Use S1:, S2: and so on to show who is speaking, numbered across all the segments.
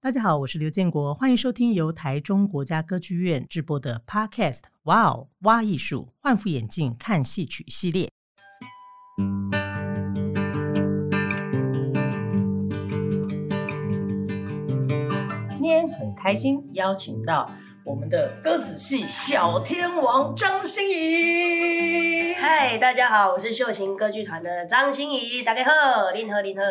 S1: 大家好，我是刘建国，欢迎收听由台中国家歌剧院制播的 Podcast《哇哦哇艺术》，换副眼镜看戏曲系列。今天很开心邀请到我们的歌子戏小天王张馨怡。
S2: 嗨，大家好，我是秀琴歌剧团的张馨怡，大家好，林和林和，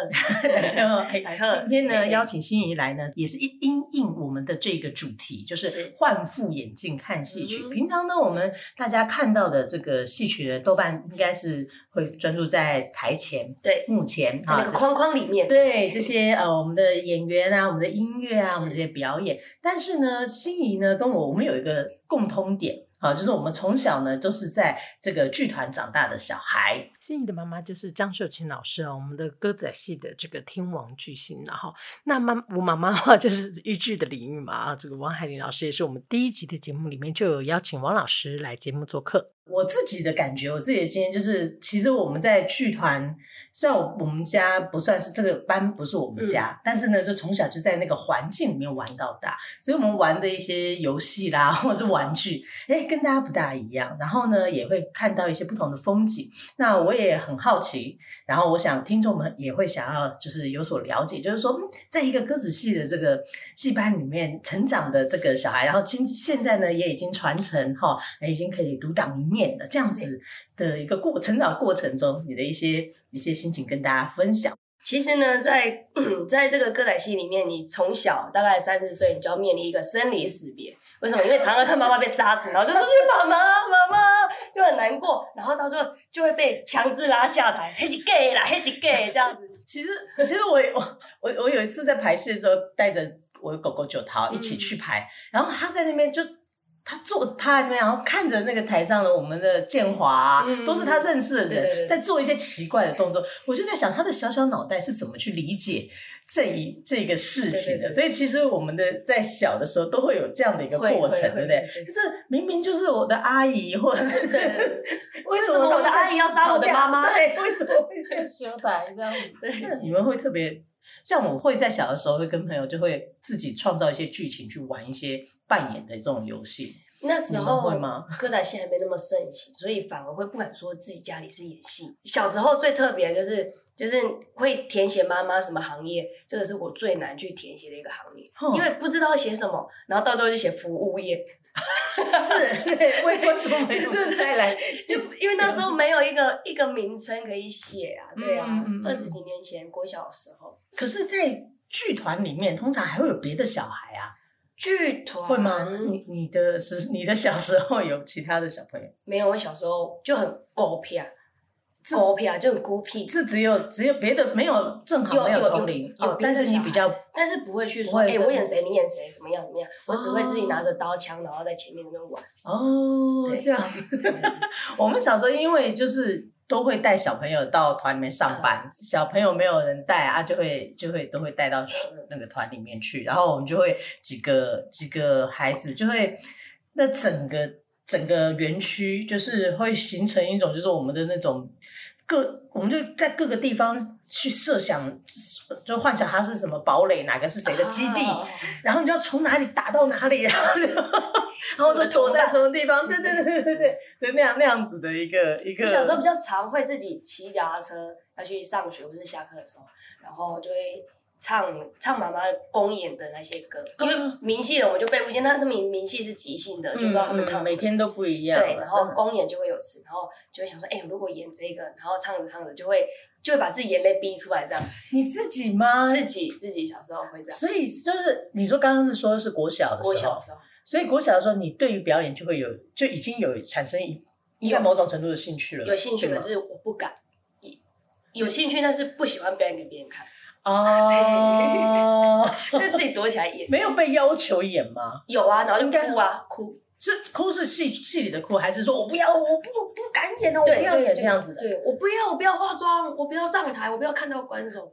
S1: 今天呢，邀请心怡来呢，也是一因应我们的这个主题，就是
S2: 是
S1: 换副眼镜看戏曲。
S2: 嗯
S1: 平常呢，我们大家看到的这个戏曲呢，多半应该是会专注在台前、
S2: 对，
S1: 幕前
S2: 在
S1: 啊
S2: 那个
S1: 这
S2: 框框里面，
S1: 对这些呃，我们的演员啊，我们的音乐啊，
S2: 是
S1: 我们这些表演，但是呢，心怡呢跟我我们有一个共通点啊，就是我们从小呢都是在这个剧团长大的小孩，
S3: 心怡的妈妈就是张秀琴老师哦，我们的歌仔戏的这个天王巨星。然后，那妈我妈妈的话就是豫剧的领域嘛啊，这个王海林老师也是我们第一集的节目里面就有邀请王老师来节目做客。
S1: 我自己的感觉，我自己的经验就是，其实我们在剧团，虽然我我们家不算是这个班不是我们家，但是呢，就从小就在那个环境里面玩到大，所以我们玩的一些游戏啦，或者是玩具，哎，跟大家不大一样。然后呢，也会看到一些不同的风景。那我也很好奇，然后我想听众们也会想要就是有所了解，就是说，嗯，在一个歌子戏的这个戏班里面成长的这个小孩，然后今现在呢也已经传承哈、已经可以独当一面的这样子的一个过成长过程中，你的一些一些心情跟大家分享。
S2: 其实呢，在 在这个歌仔戏里面，你从小大概三四岁，你就要面临一个生离死别。为什么？因为常常看妈妈被杀死，然后就说妈妈妈妈，就很难过，然后到最后就会被强制拉下台，黑是 gay 啦，黑是 gay 这样子。
S1: 其实，其实我我我我有一次在排戏的时候，带着我的狗狗九桃一
S2: 嗯
S1: 起去排，然后他在那边就。他坐他在那边，然后看着那个台上的我们的建华、啊，
S2: 嗯
S1: 都是他认识的人，
S2: 对对对
S1: 在做一些奇怪的动作。我就在想，他的小小脑袋是怎么去理解这一这个事情的？
S2: 对对对
S1: 所以其实我们的在小的时候都会有这样的一个
S2: 会
S1: 过程，
S2: 会
S1: 对不对？
S2: 会对对
S1: 就是明明就是我的阿姨，或者是
S2: 对对对
S1: 为什
S2: 为什么
S1: 么他
S2: 我
S1: 们
S2: 的
S1: 在
S2: 阿姨要杀我的
S1: 吵架
S2: 妈妈
S1: 对，为什么会在 修改这样子？那 你们会特别像我会在小的时候会跟朋友就会自己创造一些剧情去玩一些扮演的这种游戏，
S2: 那时
S1: 你
S2: 候
S1: 们会吗
S2: 歌仔戏还没那么盛行，所以反而会不敢说自己家里是演戏。小时候最特别的就是就是会填写妈妈什么行业，这个是我最难去填写的一个行业，
S1: 哼
S2: 因为不知道写什么，然后到最后就写服务业，
S1: 是对为观众朋友们带来
S2: 就因为那时候没有一个一个名称可以写啊，对啊
S1: 嗯嗯嗯，
S2: 二十、几年前国小的时候，
S1: 可是，在剧团里面通常还会有别的小孩啊，
S2: 剧团
S1: 会吗？你你的是你的小时候有其他的小朋友，
S2: 没有，我小时候就很狗屁啊，狗屁啊，就很孤僻，
S1: 是只有只有别的没有正好
S2: 有
S1: 没
S2: 有有
S1: 同龄
S2: 有
S1: 哦，
S2: 别
S1: 但
S2: 的
S1: 是你
S2: 小
S1: 比
S2: 孩
S1: 较
S2: 但是不会去
S1: 不
S2: 说，
S1: 会
S2: 哎、
S1: 跟
S2: 我演谁，你演谁，怎么样怎么样，我只会自己
S1: 哦
S2: 拿着刀枪，然后在前面那边玩。
S1: 哦
S2: 对
S1: 这样子。 我们小时候因为就是都会带小朋友到团里面
S2: 嗯
S1: 上班，小朋友没有人带啊，就会就会都会带到那个团里面去，然后我们就会几个几个孩子就会那整个整个园区就是会形成一种就是我们的那种。各我们就在各个地方去设想，就幻想它是什么堡垒，哪个是谁的基地，
S2: 啊
S1: 然后你就要从哪里打到哪里，然后就然后就躲在什么地方，对对对对对对，就那样那样子的一个一
S2: 我
S1: 个。
S2: 小时候比较常会自己骑脚踏车要去上学或是下课的时候，然后就会唱唱妈妈公演的那些歌，因
S1: 嗯
S2: 为明戏人我就背不进，那那明明戏是即兴的，就不知道他们唱什么
S1: 嗯每天都不一样，嗯
S2: 对，然后公演就会有词，然后就会想说，哎、如果演这个，然后唱着唱着就会就会把自己眼泪逼出来，这样
S1: 你自己吗？
S2: 自己自己小时候会这样，
S1: 所以就是你说刚刚是说是国小的时候，
S2: 我小的时候。
S1: 所以国小的时候你对于表演就会有就已经有产生一应该某种程度的兴趣了，
S2: 有兴趣，
S1: 对
S2: 可
S1: 吗
S2: 是我不敢。有兴趣，但是不喜欢表演给别人看，
S1: 哦，
S2: 就自己躲起来演。
S1: 没有被要求演吗？
S2: 有啊，然后
S1: 应
S2: 就
S1: 该
S2: 哭啊，哭，
S4: 是哭是戏戏里的哭，还是说我不要，我不不敢
S1: 哦
S4: 演了，我
S2: 对
S4: 不要
S2: 对
S4: 演
S2: 对
S4: 这样子的？
S2: 对我不要，我不要化妆，我不要上台，我不要看到观众。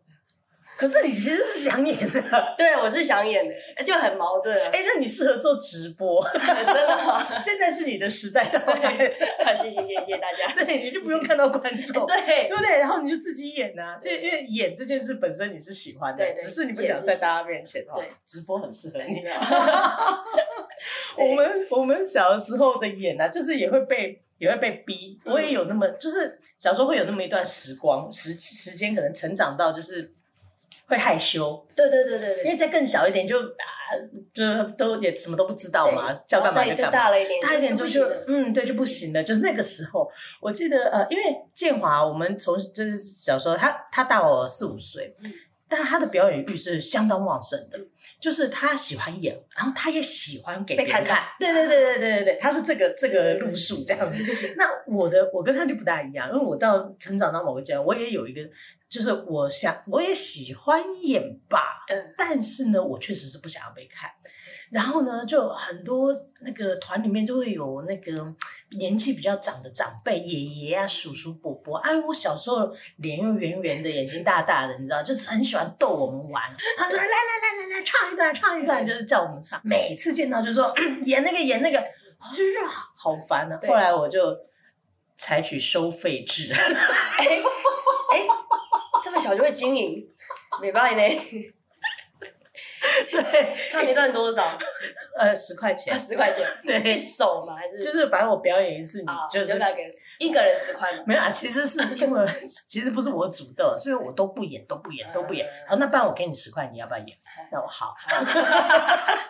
S4: 可是你其实是想演 的，
S2: 对，我是想演的，就很矛盾啊。
S4: 哎、那你适合做直播，
S2: 真的 吗，
S4: 现在是你的时代到了，
S2: 谢谢谢谢大家。
S4: 对，你就不用看到观 众。
S2: 对
S4: 哎对不对？然后你就自己演呐、就
S2: 对
S4: 因为演这件事本身你是喜欢的，
S2: 对对
S4: 只是你不想在大家面前哦
S2: 对。
S4: 直播很适合
S2: 你
S4: 你
S2: 知。道 对
S4: 我们我们小的时候的演啊，就是也会被也会被逼，
S2: 嗯
S4: 我也有那么就是小时候会有那么一段时光时时间，可能成长到就是会害羞，
S2: 对对对对
S4: 因
S2: 对，
S4: 为再更小一点就啊，就都也什么都不知道嘛，叫干嘛
S2: 然后
S4: 就
S2: 再再
S4: 干嘛。
S2: 大了一点，
S4: 大一点就
S2: 不
S4: 是
S2: 行 了
S4: 嗯，对，就不行了。就是那个时候，我记得呃，因为建华，我们从就是小时候，他他大我四五岁，
S2: 嗯
S4: 但是他的表演欲是相当旺盛的，就是他喜欢演，然后他也喜欢给
S2: 被
S4: 别
S2: 看
S4: 人
S2: 嗯
S4: 看
S2: 看。
S4: 对对对对对对对，他是这个这个路数这样子。
S2: 嗯
S4: 那我的我跟他就不大一样，因为我到成长到某个阶段，我也有一个，就是我想我也喜欢演吧，
S2: 嗯，
S4: 但是呢，我确实是不想要被看。然后呢，就很多那个团里面就会有那个年纪比较长的长辈，爷爷啊、叔叔、伯伯。哎，我小时候脸又圆圆的，眼睛大大的，你知道，就是很喜欢逗我们玩。他说：“来来来来来，唱一段，唱一段。”就是叫我们唱。每次见到就说 演那个演那个，我就觉得好烦啊。
S2: 对
S4: 后来我就采取收费制。
S2: 哎，这么小就会经营， 没办法呢，
S4: 对，
S2: 唱一段多少？
S4: 呃，十块钱
S2: 啊，，十块 钱，一
S4: 对，
S2: 手嘛还是
S4: 就是反正我表演一次，你
S2: 啊？
S4: 就是
S2: 留给一个人十块嘛。
S4: 没有啊，其实是因为 其实不是我主动，是因为我都不演，都不演，都不演
S2: 嗯。
S4: 好，那不然我给你十块，你要不要演？那我好。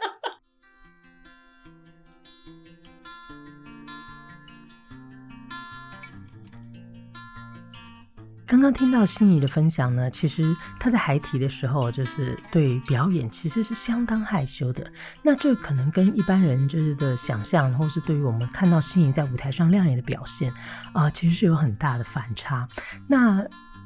S1: 刚刚听到心仪的分享呢，其实她在孩提的时候，就是对表演其实是相当害羞的。那这可能跟一般人就是的想象，或是对于我们看到心仪在舞台上亮眼的表现啊、其实是有很大的反差。那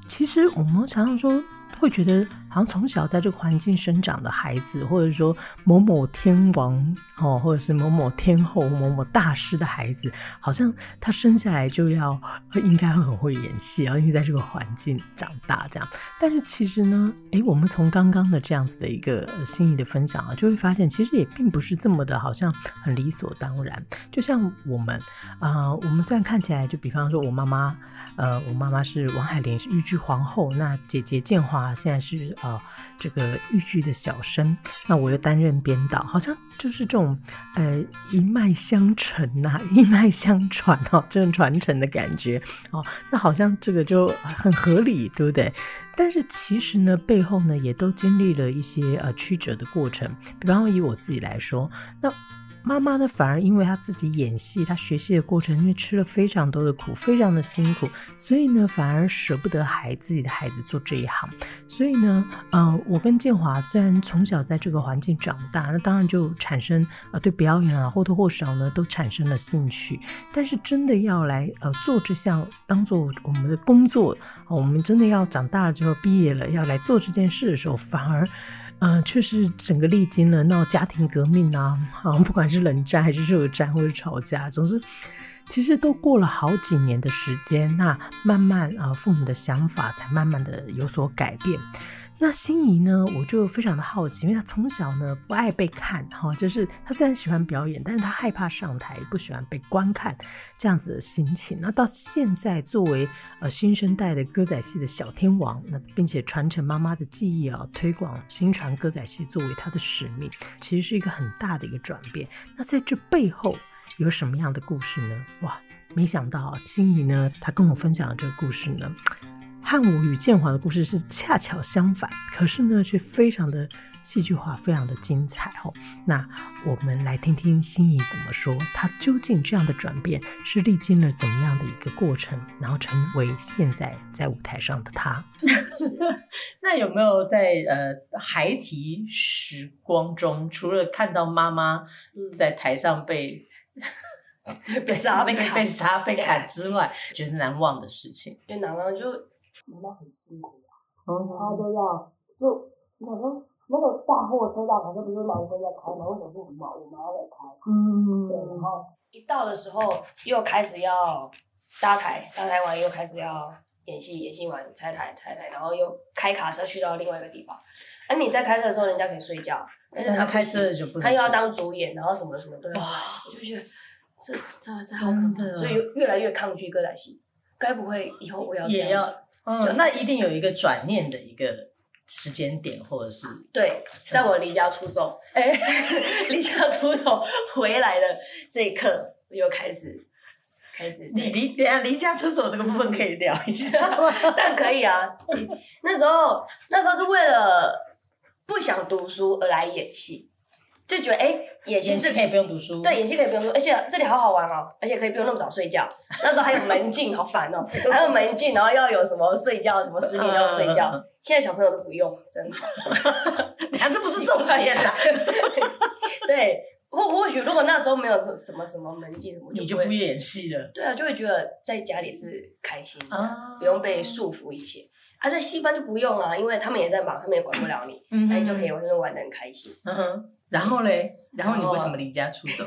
S1: 其实我们常常说。会觉得好像从小在这个环境生长的孩子，或者说某某天王哦，或者是某某天后、某某大师的孩子，好像他生下来就要呃应该会很会演戏啊，因为在这个环境长大这样。但是其实呢，诶，我们从刚刚的这样子的一个呃心意的分享啊，就会发现其实也并不是这么的，好像很理所当然。就像我们，呃，我们虽然看起来，就比方说我妈妈，呃，我妈妈是王海玲，是豫剧皇后，那姐姐建华现在是呃这个豫剧的小生，那我又担任编导，好像就是这种呃一脉相承呐、一脉相传哦，这种传承的感觉哦，那好像这个就很合理，对不对？但是其实呢，背后呢也都经历了一些呃曲折的过程。比方说以我自己来说，那妈妈呢，反而因为她自己演戏，她学习的过程，因为吃了非常多的苦，非常的辛苦，所以呢，反而舍不得孩自己的孩子做这一行。所以呢，呃，我跟建华虽然从小在这个环境长大，那当然就产生呃对表演啊或多或少呢都产生了兴趣，但是真的要来呃做这项当做我们的工作、呃我们真的要长大了之后毕业了要来做这件事的时候，反而。呃，却是整个历经了闹家庭革命啊，好、不管是冷战还是热战或者吵架，总之其实都过了好几年的时间，那慢慢啊、呃父母的想法才慢慢的有所改变。那心仪呢，我就非常的好奇，因为她从小呢不爱被看，哈、就是她虽然喜欢表演，但是她害怕上台，不喜欢被观看这样子的心情。那到现在，作为呃新生代的歌仔戏的小天王，那并且传承妈妈的技艺啊，推广新传歌仔戏作为她的使命，其实是一个很大的一个转变。那在这背后有什么样的故事呢？哇，没想到啊心仪呢，她跟我分享的这个故事呢，和我与建华的故事是恰巧相反，可是呢，却非常的戏剧化，非常的精彩哦。那我们来听听心仪怎么说，她究竟这样的转变是历经了怎么样的一个过程，然后成为现在在舞台上的她。
S4: 那有没有在呃孩提时光中，除了看到妈妈在台上被
S2: 嗯 被杀被
S4: 被
S2: 砍
S4: 被杀被砍之外，觉得难忘的事情？
S1: 哦
S2: 就男方就妈妈很辛苦，
S4: 嗯
S2: 她都要就我想说
S5: 那个大货车大卡车不是男生在开吗？为什么是我妈我妈在开？
S1: 嗯
S5: 对，然后
S2: 一到的时候又开始要搭台，搭台完又开始要演戏，演戏完拆台拆台，然后又开卡车去到另外一个地方。啊，你在开车的时候，人家可以睡觉，但是
S1: 但他
S2: 不
S1: 开
S2: 行
S1: 车的就不能
S2: 他又要
S1: 睡
S2: 当主演，然后什么什么都要来，我就觉得这这这好
S1: 真
S2: 可怕，
S1: 的啊
S2: 所以越来越抗拒歌仔戏。该不会以后我要这
S1: 也
S2: 样子
S1: 要，嗯，那一定有一个转念的一个时间点，或者是
S2: 对，在我离家出走，哎、 离家出走回来的这一刻，我又开始开始
S1: 你离等一下离家出走这个部分可以聊一下吗？
S2: 但可以啊。那时候那时候是为了不想读书而来演戏，就觉得哎、演戏
S1: 演戏
S2: 是
S1: 可以不用读书，
S2: 对，演戏可以不用说，而且这里好好玩哦，而且可以不用那么早睡觉。那时候还有门禁，好烦哦，还有门禁，然后要有什么睡觉，什么十点要睡
S1: 嗯
S2: 觉。现在小朋友都不用，真的。
S1: 等一下这不是重点啦，
S2: 对，或或许如果那时候没有什么什么门禁什么，
S1: 你
S2: 就
S1: 就
S2: 会
S1: 不演戏了。
S2: 对啊，就会觉得在家里是开心的，
S1: 啊
S2: 不用被束缚一切。啊，在戏班就不用啊，因为他们也在忙，他们也管不了你，
S1: 嗯哼
S2: 那、你就可以完全玩的很开心。
S1: 嗯哼，然后嘞，然后你
S2: 然后
S1: 为什么离家出走？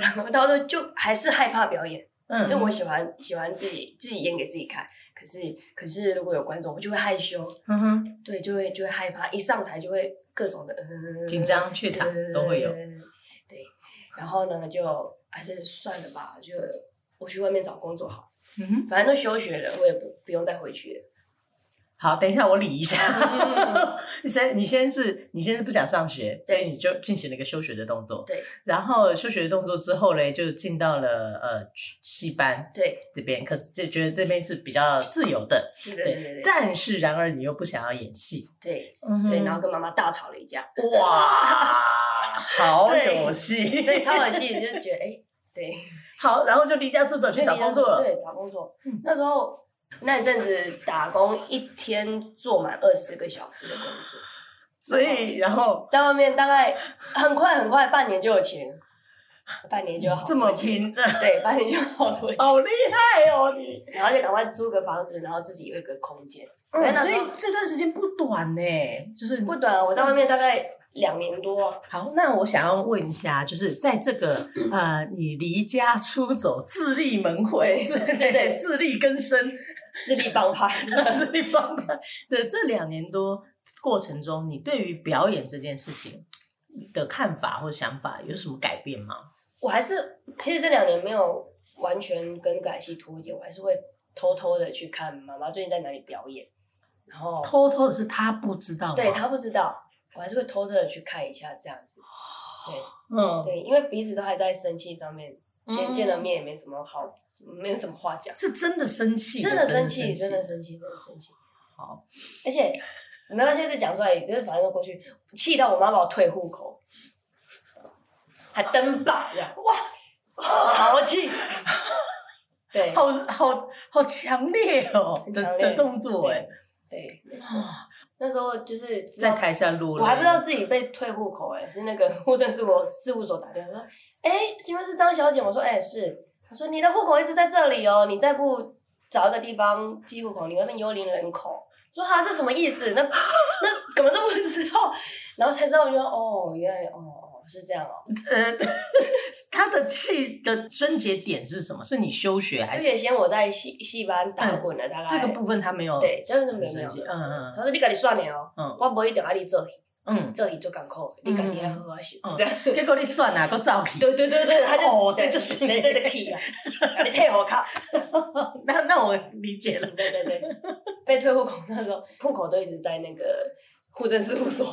S2: 然后到时候就还是害怕表演，因为
S1: 嗯
S2: 我喜欢喜欢自己自己演给自己看。可是可是如果有观众，我就会害羞，
S1: 嗯哼，
S2: 对，就会就会害怕，一上台就会各种的嗯
S1: 紧张怯场都会有。
S2: 对，然后呢，就还是算了吧，就我去外面找工作好了。
S1: 嗯哼，
S2: 反正都休学了，我也不不用再回去了。
S1: 好，等一下我理一下。嗯你先，你先是，你先是不想上学，所以你就进行了一个休学的动作。
S2: 对
S1: 然后休学的动作之后嘞，就进到了呃戏班
S2: 对
S1: 这边，可是就觉得这边是比较自由的，
S2: 对对对对对
S1: 但是然而你又不想要演戏，
S2: 对
S1: 嗯
S2: 对，然后跟妈妈大吵了一架，
S1: 哇，好
S2: 对
S1: 有戏，
S2: 对，超有戏，就觉得哎、对，
S1: 好，然后就离家出走去找工作了。嗯
S2: 对，找工作。那时候那一阵子打工，一天做满二十个小时的工作，
S1: 所以，然后
S2: 在外面大概很快很快，半年就有钱，半年就有好多
S1: 这么
S2: 钱，
S1: 拼，
S2: 对，半年就有好多钱，
S1: 好厉害哦你！
S2: 然后就赶快租个房子，然后自己有一个空间。
S1: 嗯
S2: 哎那
S1: 所
S2: 时候
S1: 以这段时间不短呢、就是
S2: 不短啊，我在外面大概两年多啊，
S1: 好，那我想要问一下，就是在这个呃，你离家出走、自立门户、
S2: 对
S1: 自对自力更生、
S2: 自立帮派。
S1: 自立帮派的这两年多过程中，你对于表演这件事情的看法或想法有什么改变吗？
S2: 我还是其实这两年没有完全跟感系脱节，我还是会偷偷的去看妈妈最近在哪里表演，然后
S1: 偷偷的是他不知道吗，
S2: 对她不知道，我还是会偷偷的去看一下这样子。对
S1: 嗯，
S2: 对，因为彼此都还在生气上面，
S1: 嗯
S2: 见见了面也没什么好，没有什么话讲，
S1: 是真的生气，
S2: 真的生气，真
S1: 真
S2: 的
S1: 的气
S2: 生气，真的生气，
S1: 好，
S2: 而且。没关系，是讲出来，就是反正就过去，气到我妈把我退户口，还登报这样，哇，超气， 对，
S1: 好好好强烈哦
S2: 很
S1: 的
S2: 强烈
S1: 的动作哎、
S2: 对，没错。那时候就是知
S1: 在
S2: 道，
S1: 台下落泪，
S2: 我还不知道自己被退户口、哎，是那个 户政事务事务所打电话说，哎、请问是张小姐？我说，哎、是。他说你的户口一直在这里哦，你再不找一个地方寄户口，你会变幽灵人口。我说哈，这什么意思？那那根本都不知道，然后才知道，原来哦，原来哦哦是这样哦。
S1: 呃， 他的气的症结点是什么？是你休学还
S2: 而
S1: 是
S2: 且先我在戏戏班打滚了，大概
S1: 这个部分他没有？
S2: 对，真的没
S1: 很
S2: 有没有
S1: 生气。。嗯
S2: 他
S1: 嗯
S2: 说你家己算的哦，
S1: 嗯
S2: 我不一定爱你做戏。
S1: 嗯
S2: 这里就港口，你赶紧要喝啊，是
S1: 嗯
S2: 这样。
S1: 嗯，结果你算哪个照片？
S2: 对对对对，他就
S1: 哦
S2: 对
S1: 这就是
S2: 对
S1: 你
S2: 对的 key 啊，你退我靠，
S1: 那那我理解了。
S2: 对对对，被退户口那时候，户口都一直在那个户政事务所，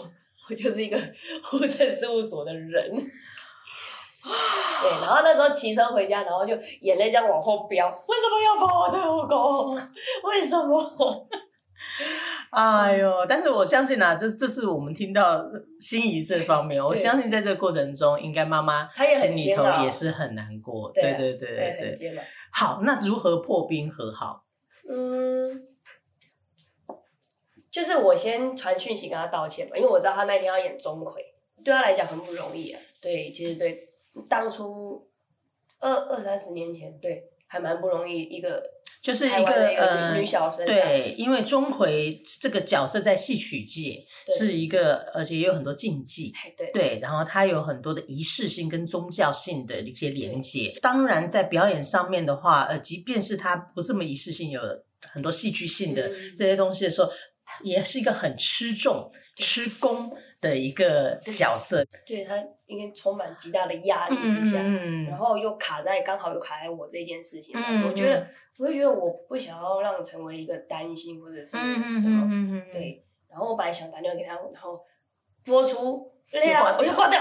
S2: 我就是一个户政事务所的人。对，然后那时候骑车回家，然后就眼泪这样往后飙，为什么要把我退户口？为什么？
S1: 哎
S2: 嗯
S1: 呦，但是我相信啊，这这是我们听到心仪这方面，我
S2: 对
S1: 相信在这个过程中，应该妈妈
S2: 她也很
S1: 心里
S2: 煎
S1: 头
S2: 熬
S1: 也是很难过。
S2: 对
S1: 对
S2: 啊
S1: 对对
S2: 很
S1: 对对。
S2: 接嘛。
S1: 好，那如何破冰和好？
S2: 嗯，就是我先传讯息跟他道歉嘛，因为我知道他那天要演钟馗，对他来讲很不容易啊。对，其实对当初二二三十年前，对还蛮不容易一个
S4: 就是
S2: 台
S4: 一
S2: 湾的一个
S4: 呃
S2: 女女小生，，啊
S4: 对，因为钟馗这个角色在戏曲界
S2: 对
S4: 是一个，而且也有很多禁忌。
S2: 哎对
S4: 对，然后它有很多的仪式性跟宗教性的一些连接。当然，在表演上面的话，呃，即便是它不这么仪式性，有很多戏剧性的
S2: 嗯
S4: 这些东西的时候，也是一个很吃重、吃功的一个角色。
S2: 对她应该充满极大的压力
S4: 嗯
S2: 之下，
S4: 嗯
S2: 然
S4: 嗯
S2: 后又卡在刚好又卡在我这件事情上，
S4: 嗯
S2: 我觉得我会觉得我不想要让你成为一个担心或者是什么，
S4: 嗯嗯，
S2: 对。然后我本来想打电话给他，然后播出，对
S4: 挂
S2: 呀，
S4: 掉
S2: 我就挂 掉，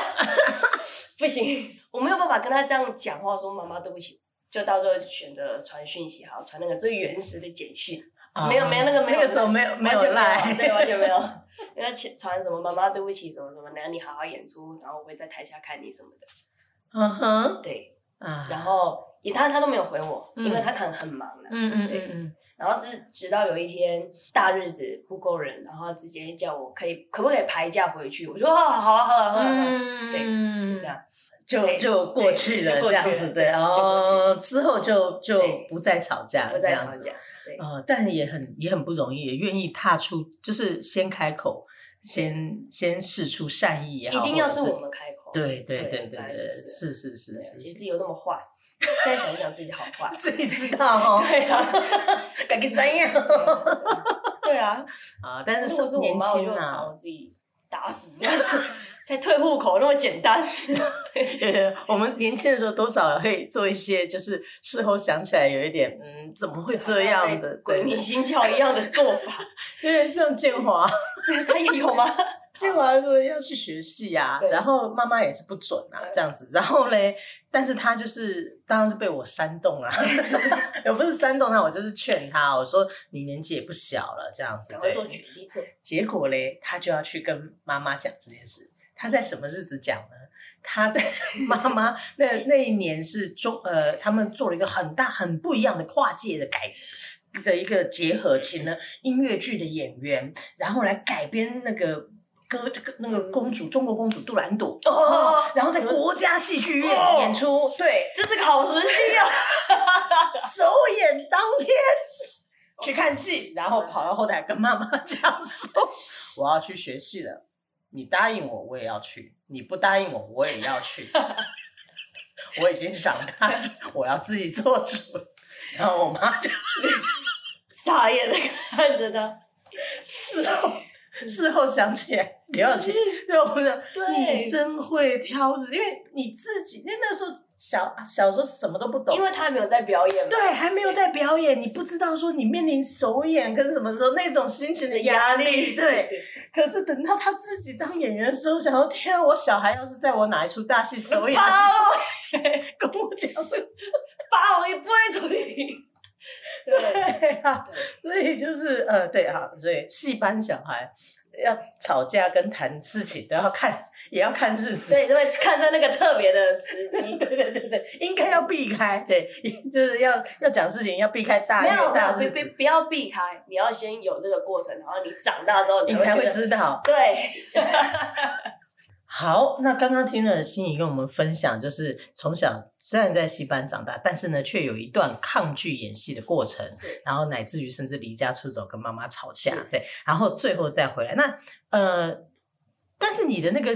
S2: 不行，我没有办法跟他这样讲话，说妈妈对不起。就到最后选择传讯息，好传那个最原始的简讯，
S4: 啊
S2: 没有没有那个没有
S4: 那个时候没有没有
S2: 完全
S4: 赖，
S2: 没有对，完全没有。 人家前传什么妈妈对不起什么什么，然后你好好演出，然后我会在台下看你什么的，
S4: 嗯哼
S2: 对。
S4: 啊，
S2: 然后也他他都没有回我，
S4: 嗯
S2: 因为他可能很忙啊了。
S4: 嗯嗯
S2: 对
S4: 嗯嗯，
S2: 然后是直到有一天大日子不够人，然后直接叫我可以可不可以排假回去？我说哦，好啊好啊好啊好啊，
S4: 嗯
S2: 对，就这样。
S4: 就
S2: 对
S4: 就过去了，
S2: 就过
S4: 这
S2: 去
S4: 样子
S2: 了
S4: 对
S2: 对
S4: 哦，之后就就
S2: 对
S4: 不再吵架，
S2: 不
S4: 嗯这
S2: 再
S4: 样
S2: 吵
S4: 子
S2: 架，对，
S4: 呃，但也很也很不容易，也愿意踏出，就是先开口，先先试出善意也好，
S2: 一定要
S4: 或者
S2: 是
S4: 是
S2: 我们开口。
S4: 对对
S2: 对
S4: 对对
S2: 本来就
S4: 对，
S2: 是
S4: 是是是
S2: 对啊，
S4: 是，
S2: 其实
S4: 是
S2: 自己又那么
S4: 。
S2: 坏，现在想一想自己好坏
S4: 自己知道哦，
S2: 对啊，
S4: 感觉 怎样
S2: 对啊对啊，
S4: 啊？但
S2: 如
S4: 是
S2: 果是我
S4: 年
S2: 妈，我
S4: 轻
S2: 就把
S4: 啊
S2: 我，自己打死， 才退户口那么简单。
S4: 呃，我们年轻的时候多少会做一些，就是事后想起来有一点，嗯，怎么会 这样的？
S2: 鬼
S4: 对，
S2: 迷
S4: 对
S2: 心窍一样的做法，
S4: 有点像建华。
S2: 他也有吗？
S4: 建华说要去学戏啊，
S2: 对
S4: 然后妈妈也是不准啊，
S2: 对
S4: 这样子。然后嘞，但是他就是当然是被我煽 动啦、也不是煽动他，我就是劝他，我说你年纪也不小了，这样子
S2: 赶快
S4: 对
S2: 做。决定。
S4: 结果嘞，他就要去跟妈妈讲这件事。他在什么日子讲呢？他在妈妈那那一年是中呃，他们做了一个很大很不一样的跨界的改的一个结合，请了音乐剧的演员，然后来改编那个。歌那个公主，中国公主杜兰朵，
S2: 嗯哦
S4: 哦，然后在国家戏剧院
S2: 哦
S4: 演出，对，
S2: 这是个好时机啊！
S4: 首演当天去看戏，然后跑到后台跟妈妈讲说：“我要去学戏了，你答应我，我也要去；你不答应我，我也要去。我已经长大了，我要自己做主了。”然后我妈就
S2: 傻眼的看着他，
S4: 事后事后想起来，刘晓庆对我说：“
S2: 嗯对
S4: 你真会挑日，因为你自己，因为那时候小小时候什么都不懂，
S2: 因为他没有在表演嘛。
S4: 对，还没有在表演，你不知道说你面临首演跟什么时候那种心情的 压力。对，可是等到他自己当演员的时候，想说天、啊，我小孩要是在我哪一出大戏 首演的时
S2: 爸，
S4: 候
S2: 我
S4: 跟我讲这个，
S2: 爸，我也不会处理。对，
S4: 对啊，所以就是呃，对哈、所以戏班小孩要吵架跟谈事情都要看，也要看日子。
S2: 对，因为看在那个特别的时机，
S4: 对对对对，应该要避开，对，就是要要讲事情要避开大
S2: 没
S4: 月
S2: 有没
S4: 大
S2: 有，
S4: 日
S2: 不不
S4: 子，
S2: 不要避开，你要先有这个过程，然后你长大之后
S4: 你才
S2: 会觉
S4: 会
S2: 得。
S4: 知道。
S2: 对，
S4: 好，那刚刚听了心仪跟我们分享，就是从小虽然在戏班长大，但是呢，却有一段抗拒演戏的过程
S2: 对，
S4: 然后乃至于甚至离家出走，跟妈妈吵架
S2: 是，
S4: 对，然后最后再回来。那呃，但是你的那个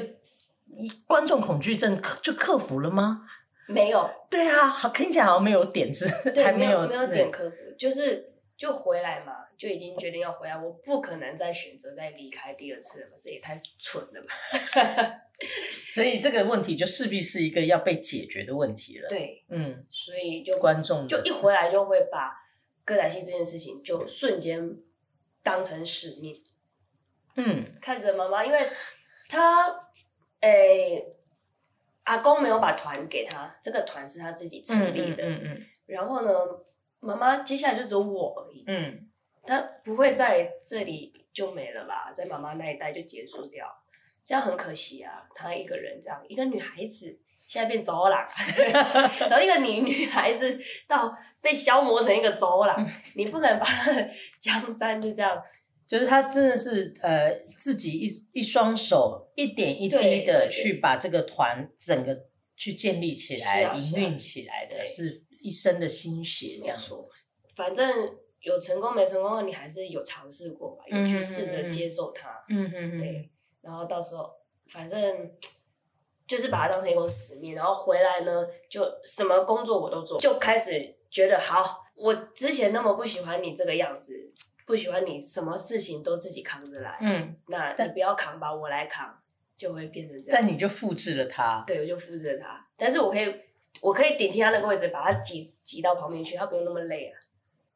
S4: 一观众恐惧症克就克服了吗？
S2: 没有，
S4: 对啊，好，听起来好像没有点子，
S2: 对，
S4: 还
S2: 没
S4: 有
S2: 没有点科普，就是就回来嘛，就已经决定要回来，我不可能再选择再离开第二次了嘛，这也太蠢了吧？
S4: 所以这个问题就势必是一个要被解决的问题了。，
S2: 对，
S4: 嗯，
S2: 所以就
S4: 观众
S2: 就
S4: 的
S2: 一回来就会把歌仔戏这件事情就瞬间当成使命，
S4: 嗯
S2: 看着妈妈，因为他诶、阿公没有把团给他，这个团是他自己成
S4: 嗯
S2: 立
S4: 嗯
S2: 的。
S4: 嗯嗯
S2: 然后呢，妈妈接下来就只有我而已，
S4: 嗯，
S2: 他不会在这里就没了吧，在妈妈那一代就结束掉，这样很可惜啊。她一个人这样，一个女孩子现在变走廊， 从一个女女孩子到被消磨成一个走廊，你不能把她的江山就这样
S4: 就是他真的是呃自己一一双手一点一滴
S2: 对
S4: 的
S2: 对
S4: 去把这个团整个去建立起来、
S2: 是啊
S4: 营运起来的，
S2: 对
S4: 是一生的心血这
S2: 没
S4: 样子。
S2: 错。反正有成功没成功，你还是有尝试过嘛，有去试着接受它，
S4: 嗯哼哼，
S2: 对，然后到时候反正。就是把它当成一个使命，然后回来呢，就什么工作我都做，就开始觉得好，我之前那么不喜欢你这个样子，不喜欢你什么事情都自己扛着来，
S4: 嗯，
S2: 那你
S4: 但
S2: 不要扛吧，我来扛，就会变成这样。
S4: 但你就复制了它，
S2: 对，我就复制了他，但是我可以，我可以顶替他那个位置，把他挤挤到旁边去，他不用那么累啊。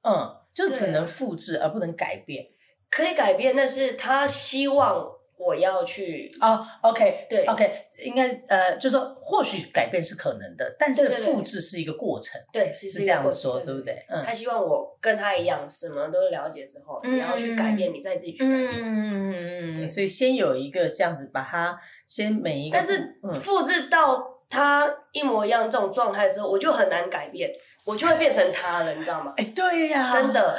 S4: 嗯，就只
S2: 对
S4: 能复制而不能改变。
S2: 可以改变，但是他希望我要去，
S4: 哦，OK，
S2: 对
S4: ，OK，应该呃，就说或许改变是可能的，但是
S2: 对对对
S4: 复制是一个过程，
S2: 对，是
S4: 是这样说，对
S2: 对
S4: 不？对？嗯
S2: 他希望我跟他一样，什么都了解之后，你要去改变，你再自己去改变。
S4: 嗯嗯嗯嗯嗯，所以先有一个这样子，把它先每一个，
S2: 但是
S4: 嗯，
S2: 复制到他一模一样这种状态之后，我就很难改变，我就会变成他了，你知道吗？
S4: 哎，对呀，
S2: 真，的，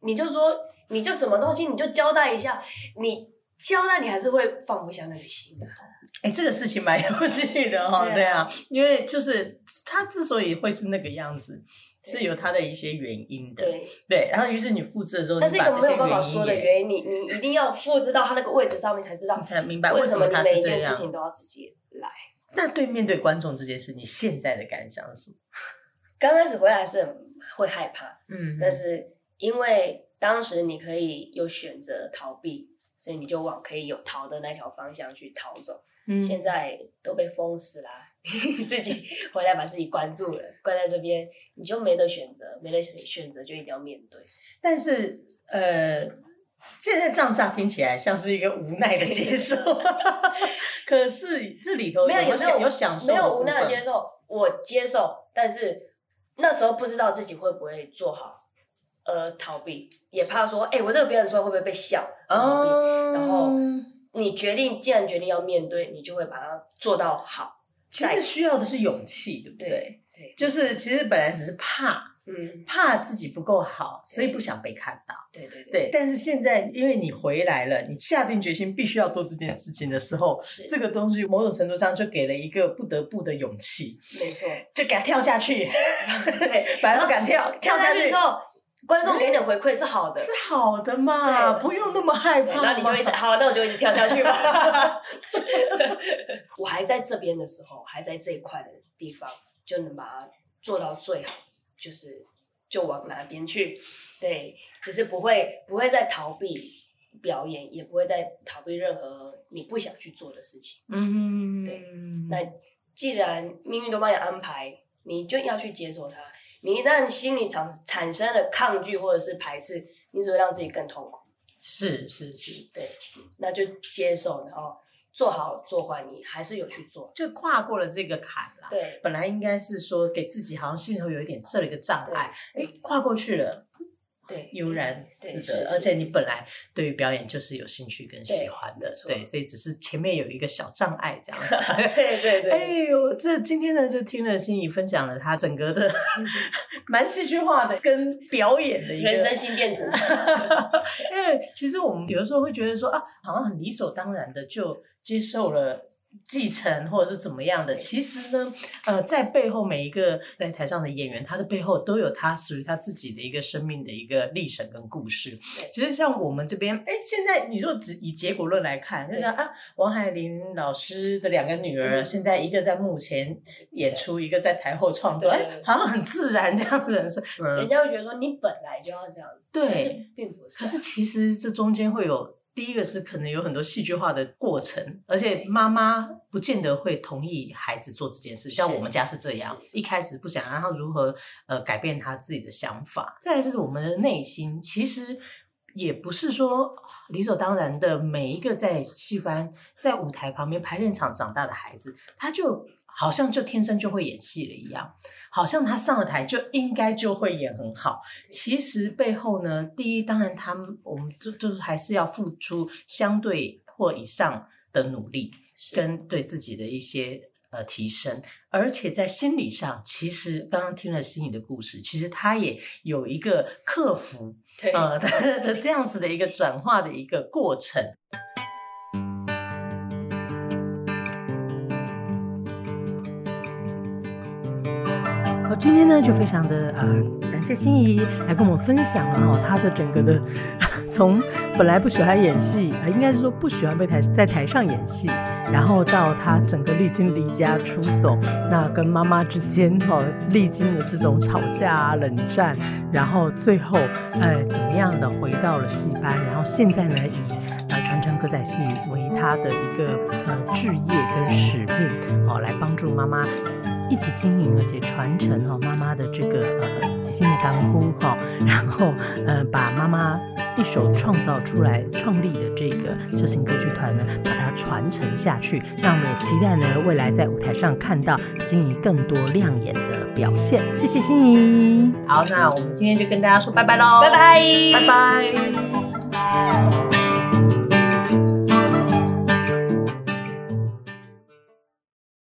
S2: 你就说，你就什么东西，你就交代一下，你交代你还是会放不下那个心啊的、
S4: 哎，这个事情蛮有趣的哈、哦，对
S2: 对
S4: 啊
S2: 啊，
S4: 因为就是它之所以会是那个样子，
S2: 对
S4: 是有它的一些原因的，
S2: 对，
S4: 对然后于是你复制的时候，
S2: 但是
S4: 你
S2: 一
S4: 把
S2: 个
S4: 这
S2: 没
S4: 些
S2: 有办法说的
S4: 原因也，
S2: 原因，你你一定要复制到他那个位置上面才知道
S4: 你，才明白
S2: 为
S4: 什
S2: 什
S4: 么
S2: 你
S4: 它
S2: 每
S4: 是
S2: 一
S4: 这
S2: 件
S4: 样
S2: 事。情都要自己来。
S4: 那对面对观众这件事，你现在的感想是什么？
S2: 刚开始回来是很会害怕，
S4: 嗯
S2: 但是因为当时你可以有选择逃避，所以你就往可以有逃的那条方向去逃走。
S4: 嗯
S2: 现在都被封死啦， 你自己回来把自己关住了，关在这边，你就没得选择，没得选选择就一定要面对。
S4: 但是呃，现在这样乍听起来像是一个无奈的接受， 可是这里头
S2: 没有
S4: 有
S2: 有没
S4: 享
S2: 有
S4: 有享受
S2: 没
S4: 的
S2: 有无
S4: 部
S2: 奈的
S4: 分
S2: 接受，我接受，但是那时候不知道自己会不会做好，呃，逃避，也怕说，哎、我这个别人说会不会被笑，逃避。
S4: 哦，
S2: 然后你决定，既然决定要面对，你就会把它做到好。
S4: 其实需要的是勇气，对不对？
S2: 对对，
S4: 就是其实本来只是怕，
S2: 嗯，
S4: 怕自己不够好，所以不想被看到。
S2: 对对对，
S4: 对，但是现在因为你回来了，你下定决心必须要做这件事情的时候，
S2: 是
S4: 这个东西某种程度上就给了一个不得不的勇气，
S2: 没 错，
S4: 就给他跳下去，
S2: 对。
S4: 本来不敢跳，跳
S2: 哦跳
S4: 下
S2: 下
S4: 去哎
S2: 去之后，观众给你的回馈是好的
S4: 是，好的嘛，
S2: 对
S4: 不用那么害
S2: 对
S4: 怕
S2: 那你就一 直
S4: 嘛
S2: 好，那我就一直跳下去 吧。我还在这边的时候，还在这一块的地方，就能把它做到最好，就是就往哪边去，对，只是不会不会再逃避表演，也不会再逃避任何你不想去做的事情。
S4: 嗯，
S2: 对那既然命运都帮你安排，你就要去接受它。你一旦心里产产生了抗拒或者是排斥，你只会让自己更痛苦。
S4: 是是是，
S2: 对，那就接受，然后做好做坏，你还是有去做。
S4: 就跨过了这个坎啦。
S2: 对，
S4: 本来应该是说给自己好像心里头有一点设了一个障
S2: 对
S4: 碍，哎，跨过去了，
S2: 对，
S4: 悠然
S2: 嗯对
S4: 自
S2: 是是
S4: 得。而且你本来对于表演就是有兴趣跟喜欢的
S2: 没，错
S4: 对，所以只是前面有一个小障碍这样子。
S2: 对 对对，
S4: 哎呦，这今天呢，就听了心怡分享了她整个的 蛮戏剧化的跟表演的一
S2: 嗯
S4: 个嗯
S2: 人生心电图。
S4: 因为其实我们有的时候会觉得说啊，好像很理所当然的就接受了。继承或者是怎么样的，
S2: 对
S4: 其实呢，呃，在背后每一个在台上的演员，他的背后都有他属于他自己的一个生命的一个历程跟故事
S2: 对。
S4: 其实像我们这边，哎，现在你说只以结果论来看，就
S2: 对
S4: 像啊，王海林老师的两个女儿，
S2: 嗯
S4: 现在一个在幕前演出，一个在台后创作，
S2: 对
S4: 哎，好像很自然这样子的事。
S2: 人家会觉得说你本来就要这样，
S4: 对
S2: 可是并不是
S4: 可
S2: 啊。
S4: 是其实这中间会有第一个是可能有很多戏剧化的过程，而且妈妈不见得会同意孩子做这件事，像我们家是这样，一开始不想让他如何呃改变他自己的想法。再来就是我们的内心，其实。也不是说理所当然的，每一个在戏班、在舞台旁边排练场长大的孩子，他就好像就天生就会演戏了一样，好像他上了台就应该就会演很好。其实背后呢，第一，当然他们我们就就是还是要付出相对或以上的努力，
S2: 是
S4: 跟对自己的一些呃提升，而且在心理上，其实刚刚听了心仪的故事，其实他也有一个克服
S2: 对，
S4: 呃的的这样子的一个转化的一个过程。
S1: 后今天呢，就非常的呃，感谢心怡来跟我们分享了哈、她的整个的 从本来不喜欢演戏，呃，应该是说不喜欢被台在台上演戏，然后到她整个历经离家出走，那跟妈妈之间哈、历经了这种吵架、啊、冷战，然后最后呃怎么样的回到了戏班，然后现在呢以。呃，传承歌仔戏为她的一个呃置业跟使命，好、来帮助妈妈一起经营，而且传承哈、妈妈的这个呃新的干呼哈，然后呃把妈妈一手创造出来、创立的这个小型歌剧团呢，把它传承下去。那我们也期待呢，未来在舞台上看到心仪更多亮眼的表现。谢谢心仪，
S4: 好，那我们今天就跟大家说拜拜喽，
S2: 拜拜，
S4: 拜拜。